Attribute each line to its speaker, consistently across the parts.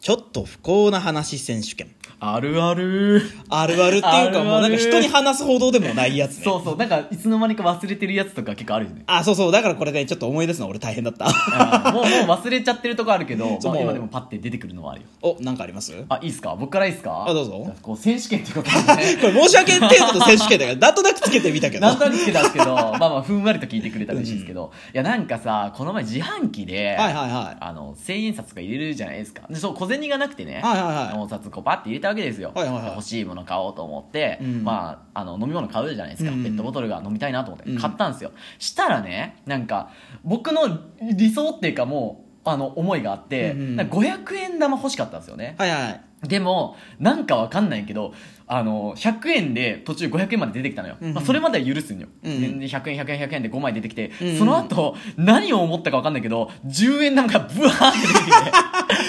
Speaker 1: ちょっと不幸な話選手権。
Speaker 2: あるある
Speaker 1: あるあるっていうか、
Speaker 2: あるある
Speaker 1: もうなんか人に話すほどでもないやつね。
Speaker 2: そうそうなんかいつの間にか忘れてるやつとか結構あるよね
Speaker 1: あ、そうそう。だからこれでちょっと思い出すの俺大変だった。
Speaker 2: あーもうもう忘れちゃってるとこあるけ ど、
Speaker 1: そう
Speaker 2: まあ今でもパッて出てくるのはあるよ
Speaker 1: お、なんかあります
Speaker 2: あいいっすか僕からいいっすか
Speaker 1: あどうぞ
Speaker 2: こう選手権ってことで ね
Speaker 1: これ申し訳程度の選手権だから、なんとなくつけてみたけど。
Speaker 2: なんと
Speaker 1: は
Speaker 2: なくつけたんですけど、まあまあ、ふんわりと聞いてくれたら嬉しいですけど、いや、なんかさ、この前自販機で、
Speaker 1: いはいは
Speaker 2: あの、千円札が入れるじゃないですか。で、そう、小銭がなくてね、
Speaker 1: はいはいはい
Speaker 2: お札こうパッて入れたわけですよ。
Speaker 1: はいはいはい
Speaker 2: 欲しいもの買おうと思って、
Speaker 1: うん
Speaker 2: まあ、あの、飲み物買うじゃないですか。
Speaker 1: うん
Speaker 2: ペットボトルが飲みたいなと思って
Speaker 1: うん、
Speaker 2: 買ったんですよ。したらね、なんか、僕の理想っていうかもう、あの、思いがあって、
Speaker 1: うんうん
Speaker 2: なんか500円玉欲しかったんですよね
Speaker 1: い。。はいはい。
Speaker 2: でも、なんかわかんないけど、あの、100円で途中500円まで出てきたのよ。
Speaker 1: うんうん
Speaker 2: まあ、それまでは許すんよ。
Speaker 1: うんうん
Speaker 2: 全然100円、100円、100円で5枚出てきて、
Speaker 1: うんうん
Speaker 2: その後、何を思ったかわかんないけど、10円なんかブワーって出てきて、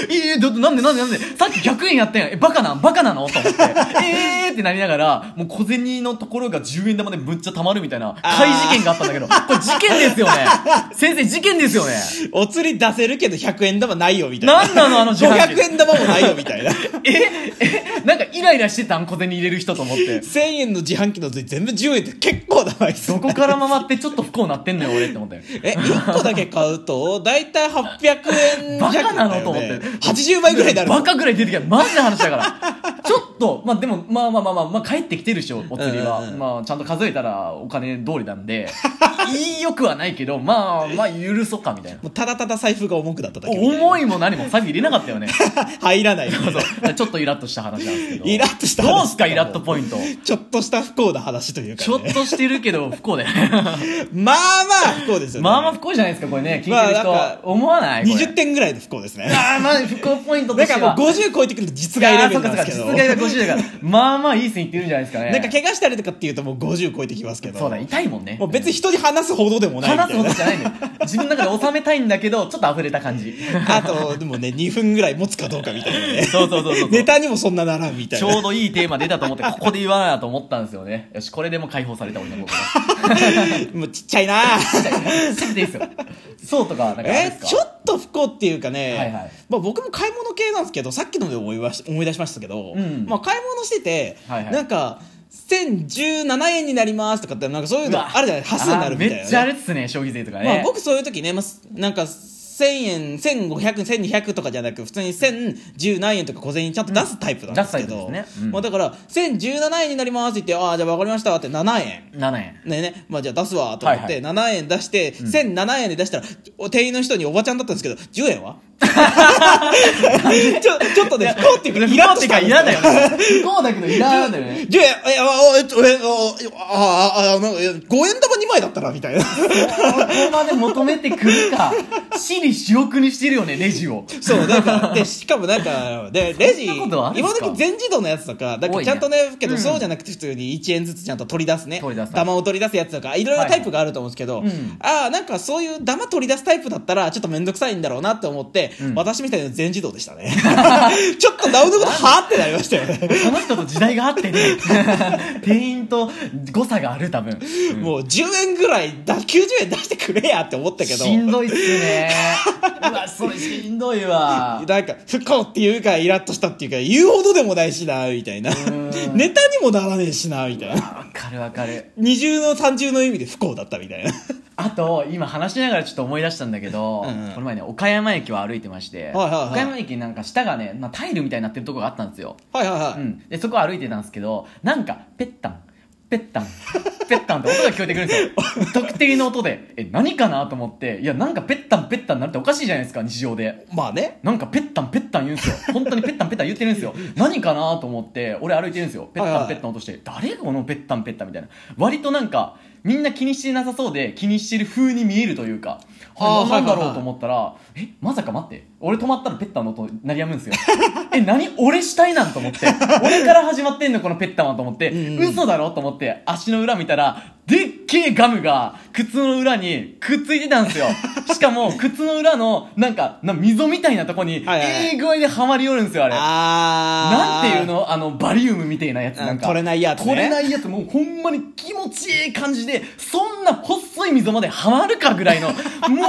Speaker 2: ええだってなんでなんでなんで、さっき100円やったやん。え、バカなんバカなのと思って、 ええーってなりながら、もう小銭のところが10円玉でむっちゃ溜まるみたいな、怪事件があったんだけど、これ事件で すよね。先生、事件ですよね。
Speaker 1: お釣り出せるけど100円玉ないよみたいな。
Speaker 2: なんなのあの自販機
Speaker 1: 500円玉もないよみたい な。1000
Speaker 2: ええなんかイライラしてたん小銭入れる人と思って。
Speaker 1: 円の自販機の釣り全部10円って結構だわ、いつ
Speaker 2: どこから回ってちょっと不幸になってんのよ、俺って思 ったよ。
Speaker 1: え、1個だけ買うと、だいたい800円
Speaker 2: バカ
Speaker 1: 弱
Speaker 2: な
Speaker 1: だ
Speaker 2: の
Speaker 1: よ
Speaker 2: と思っ
Speaker 1: ね
Speaker 2: て。
Speaker 1: 80倍ぐらいになる。
Speaker 2: バカぐらい出てきた。マジな話だから。ちょっと、まあでも、まあまあまあまあ、まあ帰ってきてるし、お釣りは。
Speaker 1: うんうんうん
Speaker 2: まあちゃんと数えたらお金通りなんで、 言いよくはないけど、まあまあ許そうかみたいな。
Speaker 1: もうただただ財布が重くなっただけみたいな。
Speaker 2: 思いも何も詐欺入れなかったよね。
Speaker 1: 入らない。
Speaker 2: そうちょっとイラッとした話なんですけど。
Speaker 1: イラッとした話
Speaker 2: どうすか、イラッとポイント。
Speaker 1: ちょっとした不幸な話というか、ね。
Speaker 2: ちょっとしてるけど不幸だよね。
Speaker 1: まあまあ不幸ですよね。
Speaker 2: まあまあ不幸じゃないですか、これね。聞いてる人。
Speaker 1: まあなんか
Speaker 2: 思わないこれ
Speaker 1: 20点ぐらいの不幸ですね。
Speaker 2: ああ、まあ不幸ポイントと
Speaker 1: な
Speaker 2: しては。
Speaker 1: んかもう50超えてくると実害レベルなんですけ
Speaker 2: あー
Speaker 1: ど。
Speaker 2: そうかそうか実害が50だから。まあまあいい線いってるんじゃないですかね。
Speaker 1: なんか怪我したりとかっていうともう50超えてきますけど。
Speaker 2: そうだ、痛いもんね。
Speaker 1: もう別に人に話すほどでもないみた
Speaker 2: 話す
Speaker 1: い
Speaker 2: こ
Speaker 1: な
Speaker 2: と。じゃないのよ。自分の中で収めたいんだけど、ちょっと溢れた感じ。
Speaker 1: あと、でもね、2分ぐらい持つかどうかみたいなね。
Speaker 2: そうそうそう そう。
Speaker 1: ネタにもそんなならんみたい
Speaker 2: ち
Speaker 1: な。
Speaker 2: ょうどいいテーマ出たと思って、ここで言わなと思ったんですよ ね。よし、これでもう解放された俺の僕は。
Speaker 1: もうちっちゃいな
Speaker 2: せめていいですよ。そうとか、なんかあれ
Speaker 1: え
Speaker 2: ですか。
Speaker 1: ちょっと不幸っていうかね、
Speaker 2: はいはい
Speaker 1: まあ、僕も買い物系なんですけどさっきので思いわし思い出しましたけど、
Speaker 2: うん
Speaker 1: まあ、買い物してて、
Speaker 2: はいはい
Speaker 1: なんか1017円になりますとかってなんかそういう
Speaker 2: う
Speaker 1: の
Speaker 2: わ
Speaker 1: あるじゃない端数になるみたいなね、
Speaker 2: あーめっちゃあれっすね、消費税とかね。
Speaker 1: まあ、僕そういう時ね、まあ、すなんか1000円1500円1200とかじゃなく普通に1010何円とか小銭ちゃんと出すタイプなんですけど、
Speaker 2: うん出すタイプですねうん
Speaker 1: まあ、だから1017円になりますって言ってああじゃあ分かりましたって7円
Speaker 2: 7円。
Speaker 1: ねえね、まあじゃあ出すわと思って、
Speaker 2: はい
Speaker 1: 7円出して、1007円で出したら、お店員の人におばちゃんだったんですけど、10円はちょ、ちょっとね、不幸っていうか、イラッとしたんです
Speaker 2: 嫌だよね。不幸だけど嫌だよね。
Speaker 1: 10円、え、あ、あえっと、え、あ、あ、あ、あ、なんか、え5円玉2枚だったら、みたいな。
Speaker 2: ここまで求めてくるか。私利私欲にしてるよね、レジを。
Speaker 1: そう、なんか、で、しかもなんか、で、レジ、
Speaker 2: そんなことあるんすか
Speaker 1: 今時全自動のやつとか、だから
Speaker 2: 多いね
Speaker 1: ちゃんとね、けど
Speaker 2: うん
Speaker 1: そうじゃなくて普通に1円ずつちゃんと取り出すね。
Speaker 2: 取り出す
Speaker 1: 玉を取り出すやつとか、いろいろタイプがあると思うんですけど、
Speaker 2: はいはいうん
Speaker 1: ああ、なんかそういう玉取り出すタイプだったら、ちょっとめんどくさいんだろうなって思って、
Speaker 2: うん
Speaker 1: 私みたいな全自動でしたね。 ちょっとなおのこと、はーってなりましたよね。
Speaker 2: この人と時代があってね 店員と誤差がある多分、うん
Speaker 1: もう10円ぐらいだ、90円出してくれやって思ったけど。
Speaker 2: しんどいっ すねうわそれしんどいわ
Speaker 1: なんか、不幸っていうか、イラッとしたっていうか、言うほどでもないしな、みたいな。
Speaker 2: ん
Speaker 1: ネタにもならねえしな、みたいな。
Speaker 2: わかるわかる
Speaker 1: 二重の三重の意味で不幸だったみたいな。
Speaker 2: あと今話しながらちょっと思い出したんだけど、
Speaker 1: うんうん
Speaker 2: この前ね岡山駅を歩いてまして、
Speaker 1: はいはいはい
Speaker 2: 岡山駅なんか下がね、まあ、タイルみたいになってるとこがあったんですよ、
Speaker 1: はいはいうはい。
Speaker 2: ん、でそこを歩いてたんですけどなんかペッタンペッタンペッタンって音が聞こえてくるん ですよ特定の音でえ何かなと思っていやなんかペッタンペッタンなんておかしいじゃないですか日常で
Speaker 1: まあね。
Speaker 2: なんかペッタンペッタン言うん ですよ。本当にペッタンペッタン言ってるんですよ。何かなと思って、俺歩いてるんですよ。ペッ
Speaker 1: はいは
Speaker 2: タ
Speaker 1: い
Speaker 2: ンペッタン落として、誰がこのペッタンペッタンみたいな。割となんか、みんな気にしてなさそうで、気にしてる風に見えるというか、
Speaker 1: あー
Speaker 2: なんだ
Speaker 1: はいはい
Speaker 2: ろ
Speaker 1: はいう
Speaker 2: と思ったら、え、まさか待って、俺止まったらペッタンの音鳴りやむんですよ。 え、何俺したいなんと思って、俺から始まってんのこのペッタンはと思って、
Speaker 1: うんうん
Speaker 2: 嘘だろと思って、足の裏見たら、でっけえガムが靴の裏にくっついてたんですよ。しかも、靴の裏の、なんか、な溝みたいなとこに、
Speaker 1: はいはいはい
Speaker 2: ええ具合ではまりよるんですよ、あれ。な
Speaker 1: あ
Speaker 2: ん
Speaker 1: ー
Speaker 2: ていうのあの、バリウムみたいなやつなんか。
Speaker 1: うん取れないやつね
Speaker 2: 取れないやつ、もうほんまに気持ちいい感じで、そんな細い溝まではまるかぐ らいの、も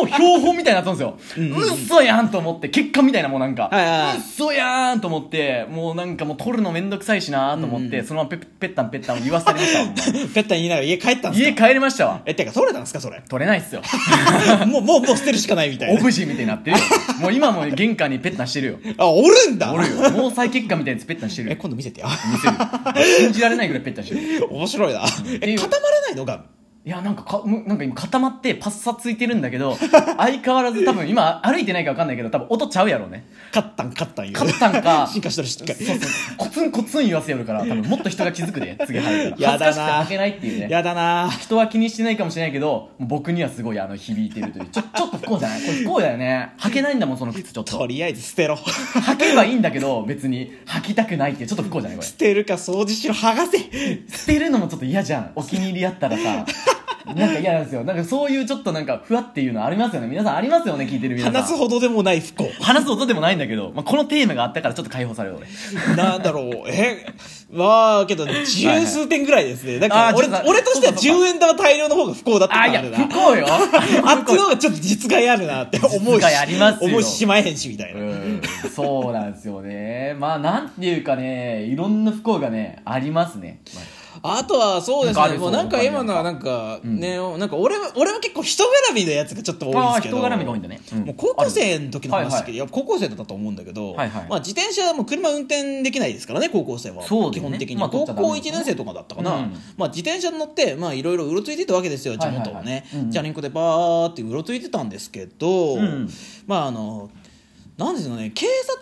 Speaker 2: う標本みたいになったんですよ。
Speaker 1: うんうんうん
Speaker 2: 嘘やんと思って、血管みたいなもんなんか
Speaker 1: はいはいはい。
Speaker 2: 嘘やんと思って、もうなんかもう取るのめんどくさいしなと思っ
Speaker 1: うんう
Speaker 2: て、そのままペッペッタンペッタン言わされましたわほんま
Speaker 1: ペッタン言いながら家帰 ったんですか
Speaker 2: 家帰りましたわ。
Speaker 1: え、てか、取れたんですか、 それ。
Speaker 2: 取れないっすよ。
Speaker 1: もう、もう、もう捨てるしかないみたい
Speaker 2: オ
Speaker 1: な。
Speaker 2: ブジェみたいになってるよ。もう今も玄関にペッタンしてるよ。
Speaker 1: あ、おるんだ
Speaker 2: おる よ。毛細血管みたいなやつペッタンしてる
Speaker 1: え、
Speaker 2: よ。
Speaker 1: 今度見せてよ。
Speaker 2: 見せ るよ。信じられないぐらいペッタンしてる。
Speaker 1: 面白いな。
Speaker 2: い
Speaker 1: え、
Speaker 2: う
Speaker 1: 固まらないのガム。
Speaker 2: いやなんかかむなんか今固まってパッサついてるんだ けど相変わらず多分今歩いてないか分かんないけど多分音ちゃうやろう ね
Speaker 1: カッタン、カッタン言う。
Speaker 2: 勝ったんか
Speaker 1: 進化してるしっか
Speaker 2: そうそうコツンコツン言わせよるから多分もっと人が気づくで次入るか
Speaker 1: り。
Speaker 2: ら
Speaker 1: や
Speaker 2: 恥
Speaker 1: だ
Speaker 2: ずかしくて
Speaker 1: な
Speaker 2: 負けないっていうね
Speaker 1: やだな
Speaker 2: 人は気にしてないかもしれないけど僕にはすごいあの響いてるというちょちょっと不幸じゃないこれ不幸だよね履けないんだもんその靴ちょっ
Speaker 1: と
Speaker 2: と
Speaker 1: りあえず捨てろ。
Speaker 2: 履けばいいんだけど別に履きたくないっていうちょっと不幸じゃないこれ
Speaker 1: 捨てるか掃除しろ、剥がせ。
Speaker 2: 捨てるのもちょっと嫌じ ゃんお気に入りやったらさなんか嫌なんですよなんかそういうちょっとなんかふわっていうのありますよね皆さんありますよね聞いてる皆さん
Speaker 1: 話すほどでもない不幸。
Speaker 2: 話す音でもないんだけど、まあ、このテーマがあったからちょっと解放される 俺
Speaker 1: なんだろう、え、わあけど、十数点ぐらいですね。だか
Speaker 2: あー
Speaker 1: ら、俺
Speaker 2: ちょっ、と
Speaker 1: 俺としては
Speaker 2: そうかそう
Speaker 1: 10円玉大量の方が不幸だった
Speaker 2: あ
Speaker 1: か
Speaker 2: い
Speaker 1: ら
Speaker 2: や
Speaker 1: あるな。
Speaker 2: 不幸よ
Speaker 1: あっちの方がちょっと実害あるなって思う
Speaker 2: 実
Speaker 1: し、
Speaker 2: 害ありますよ
Speaker 1: 思うししまえへんし、みたいな。
Speaker 2: うんそうなんですよねまあなんていうかねいろんな不幸がねありますね、
Speaker 1: あとは、そうです
Speaker 2: なんかあ
Speaker 1: ね。
Speaker 2: る
Speaker 1: もうなんか
Speaker 2: そう
Speaker 1: 今のはなんか、ね、なんか俺は、俺は結構人絡みのやつがちょっと多いん
Speaker 2: あ
Speaker 1: で
Speaker 2: あ
Speaker 1: すけど。
Speaker 2: 人絡みが多いんだね、うん
Speaker 1: もう高校生の時の話だけど、いや高校生だったと思うんだけど、
Speaker 2: はいはい
Speaker 1: まあ、自転車はもう車運転できないですからね高校生は、
Speaker 2: そうだ
Speaker 1: 基
Speaker 2: よね
Speaker 1: 本的に、
Speaker 2: まあ
Speaker 1: 高
Speaker 2: 取
Speaker 1: 校
Speaker 2: っちゃダメです
Speaker 1: 1年生とかだったかな、
Speaker 2: うん
Speaker 1: まあ、自転車に乗ってまあいろいろうろついてたわけですよ地元を
Speaker 2: はいはいはい
Speaker 1: ね、
Speaker 2: うんうん
Speaker 1: チャリンコでバーってうろついてたんですけど、
Speaker 2: うん
Speaker 1: まああのなんですよね警察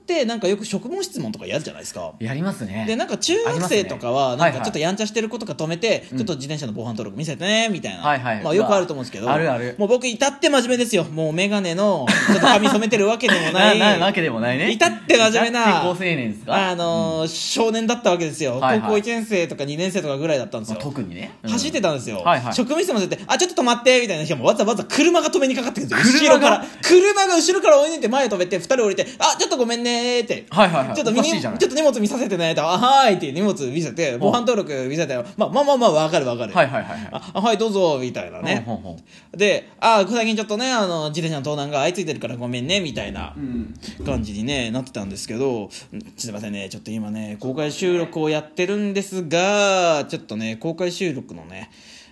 Speaker 1: ってなんかよく職務質問とかやるじゃないですか。
Speaker 2: やりますね
Speaker 1: でなんか中学生とか
Speaker 2: あ
Speaker 1: は
Speaker 2: りますね
Speaker 1: なんかちょっとやんちゃしてる子とか止めてちょっと自転車の防犯登録見せてねみたいな、
Speaker 2: はいはい
Speaker 1: まあ、よくあると思うんですけど
Speaker 2: あるある
Speaker 1: もう僕至って真面目ですよもう眼鏡のちょっと髪染めてるわけでもない
Speaker 2: ななわけでもないね
Speaker 1: 至って真面目な
Speaker 2: 至って高青年ですか
Speaker 1: あのー少年だったわけですよ、
Speaker 2: はいはい
Speaker 1: 高校1年生とか2年生とかぐらいだったんです
Speaker 2: まあ
Speaker 1: よ、
Speaker 2: 特にね、うん
Speaker 1: 走ってたんですよ、
Speaker 2: はいはい
Speaker 1: 職務質問してて「あちょっと止まって」みたいな人もわざわざ車が止めにかかってくるんですよ後
Speaker 2: 車
Speaker 1: ろから
Speaker 2: が
Speaker 1: 車が後ろから追い抜いて前を止めて2人降りて「あちょっとごめんね」って、
Speaker 2: はいはいはい
Speaker 1: ちょっと見
Speaker 2: おかし
Speaker 1: にち
Speaker 2: いじ
Speaker 1: ょ
Speaker 2: ゃ
Speaker 1: っ
Speaker 2: ない
Speaker 1: と荷物見させてねと「あはーい」って荷物見せて防犯登録見せて、まあ、まあまあまあわかるわかる、
Speaker 2: はいはいはいはい
Speaker 1: ああはいどうぞみたいなね、
Speaker 2: ほんほんほん
Speaker 1: で「あ最近ちょっとねあの自転車の盗難が相次いでるからごめんね」みたいな
Speaker 2: うん
Speaker 1: 感じに、ね、なってたんですけどんすいませんねちょっと今ね公開収録をやってるんですがちょっとね公開収録のね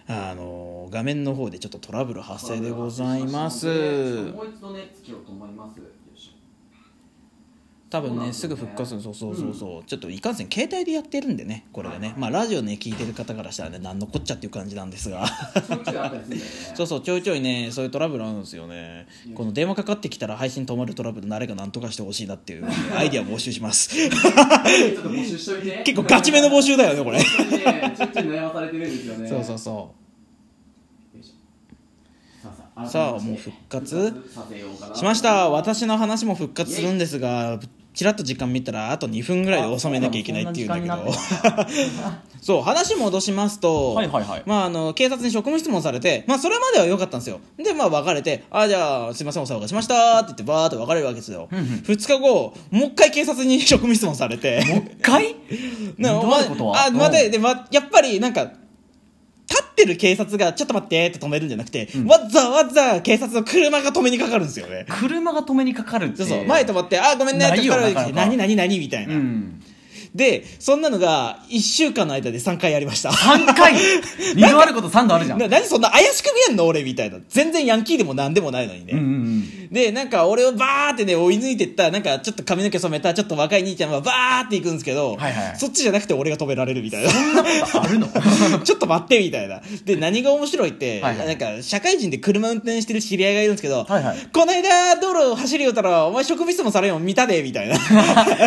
Speaker 1: あの画面の方でちょっとトラブル発生でございます
Speaker 2: もう一度ねつけようと思いますよいしょ
Speaker 1: 多分ねすぐ復活するそうそうそうそう、ちょっといかんせん携帯でやってるんでねこれがね、まあラジオね聞いてる方からしたらねなんのこっちゃっていう感じなんですが
Speaker 2: ちょっとあったりするんだよね
Speaker 1: そうそうちょいちょいねそういうトラブルあるんですよねこの電話かかってきたら配信止まるトラブル誰かなんとかしてほしいなっていう アイディア募集します
Speaker 2: ちょっと募集しといて
Speaker 1: 結構ガチめの募集だよねこれ
Speaker 2: ねちょっと悩まされてるんですよね
Speaker 1: そうそうそ
Speaker 2: さあ
Speaker 1: うさあもう復活
Speaker 2: させようかな
Speaker 1: しました私の話も復活するんですがちらっと時間見たらあと2分ぐらいで収めなきゃいけないっていうんだけ
Speaker 2: あそん
Speaker 1: ど
Speaker 2: な時間になって た
Speaker 1: そう話戻しますと、
Speaker 2: はいはいはい
Speaker 1: まあ、あの警察に職務質問されて、まあ、それまでは良かったんですよでまあ別れて「あじゃあすいませんお騒がせしました」って言ってバーって別れるわけですよ、
Speaker 2: んうん
Speaker 1: 2日後もう一回警察に職務質問されて
Speaker 2: もう一回
Speaker 1: な
Speaker 2: どういうことは
Speaker 1: あ、ま
Speaker 2: う
Speaker 1: で、
Speaker 2: ん
Speaker 1: で、ま、やっぱり、なんか、立ってる警察が、ちょっと待ってって止めるんじゃなくて、わざわざ警察の車が止めにかかるんですよね。
Speaker 2: 車が止めにかかるって
Speaker 1: そうそう、前止まって、あ、ごめんねって
Speaker 2: ないよ
Speaker 1: 二人で
Speaker 2: なかなか
Speaker 1: 何、何、何みたいうな。
Speaker 2: ん
Speaker 1: で、そんなのが、1週間の間で3回やりました。
Speaker 2: 3回二度あること3度あるじゃん
Speaker 1: な何そんな怪しく見えんの俺みたいな。全然ヤンキーでも何でもないのにね。
Speaker 2: うんうん
Speaker 1: で、なんか俺をバーってね、追い抜いてった、なんかちょっと髪の毛染めた、ちょっと若い兄ちゃんはバーって行くんですけど、
Speaker 2: はいはい
Speaker 1: そっちじゃなくて俺が止められるみたいな。
Speaker 2: うんそんなことあるの
Speaker 1: ちょっと待ってみたいな。で、何が面白いって、
Speaker 2: はいはい
Speaker 1: なんか、社会人で車運転してる知り合いがいるんですけど、
Speaker 2: はいはい
Speaker 1: この間、道路を走りよったら、お前職務質問されんよ、見たで、みたいな。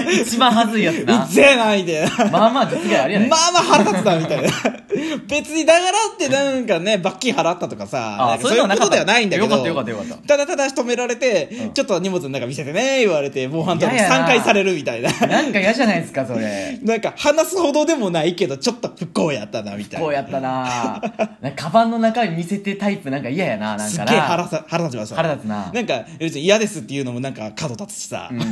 Speaker 2: 一番恥ずいやつな
Speaker 1: うぜえな、みたいな。
Speaker 2: まあまあ実害ありやない
Speaker 1: まあまあ腹立つなみたいな 別にだからってなんかね罰金払ったとかさ
Speaker 2: あ
Speaker 1: なんかそういうことではないんだけど
Speaker 2: よかったよかったよかった
Speaker 1: だただ止められて、ちょっと荷物の中見せてね言われて防犯登録
Speaker 2: 嫌やな
Speaker 1: 3回されるみたいな
Speaker 2: なんか嫌じゃないですかそれ
Speaker 1: なんか話すほどでもないけどちょっと不幸やったなみたい
Speaker 2: こう
Speaker 1: な
Speaker 2: やったななんかカバンの中身見せてタイプなんか嫌やななん
Speaker 1: す
Speaker 2: か
Speaker 1: っ
Speaker 2: な
Speaker 1: げえ腹さ腹立ちました
Speaker 2: 腹立つなん
Speaker 1: か別に嫌ですっていうのもなんか角立つしさ、
Speaker 2: うんま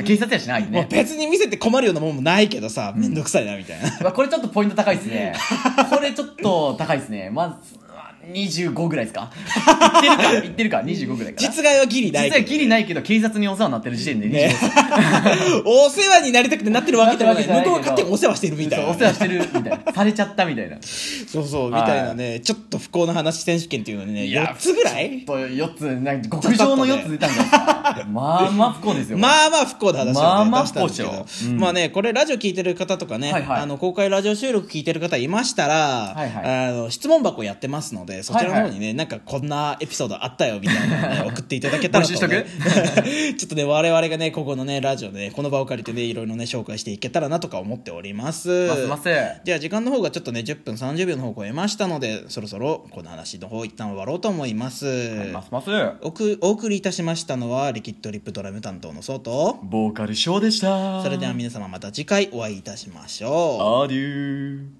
Speaker 2: あ警察やしなあい
Speaker 1: もう
Speaker 2: ね
Speaker 1: 別に見せて困るようなもんもないけどさ、めんどくさいなみたいな
Speaker 2: うわこれちょっとポイント高いです ねこれちょっと高いですねまず25ぐらいです かいってるかいってるか25ぐらいかな
Speaker 1: 実害はギリない
Speaker 2: 実はギリないけど警察にお世話になってる時点で25
Speaker 1: ね お世話になりたくてなってるわけでもない向こうが勝手にお世話してるみたい
Speaker 2: そう
Speaker 1: な
Speaker 2: お世話してるみたいなされちゃったみたいな
Speaker 1: そうそうみ
Speaker 2: はい
Speaker 1: たいなねちょっと不幸な話選手権っていうのにね
Speaker 2: いや
Speaker 1: 4つぐらい
Speaker 2: と4つなんか極上の4つ出たんじゃないですかまあまあ不幸ですよ
Speaker 1: まあまあ不幸な話を、ね
Speaker 2: まあまあ
Speaker 1: 出したんですけ
Speaker 2: 不幸
Speaker 1: ど
Speaker 2: でしょううん
Speaker 1: まあねこれラジオ聞いてる方とかね、
Speaker 2: はいはい
Speaker 1: あの公開ラジオ収録聞いてる方いましたら、
Speaker 2: はいは
Speaker 1: あの質問箱やってますのでそちらの方にね、なんかこんなエピソードあったよみたいなの ね、送っていただけたらと、ね、
Speaker 2: 募
Speaker 1: ちょっとね我々がねここのねラジオで、ね、この場を借りてねいろいろね紹介していけたらなとか思っております
Speaker 2: ますます
Speaker 1: じゃあ時間の方がちょっとね10分30秒の方を超えましたのでそろそろこの話の方一旦終わろうと思います、
Speaker 2: ますます
Speaker 1: おくお送りいたしましたのはリキッドリップドラム担当のソウと
Speaker 2: ボーカルショーでした
Speaker 1: それでは皆様また次回お会いいたしましょう
Speaker 2: アデュー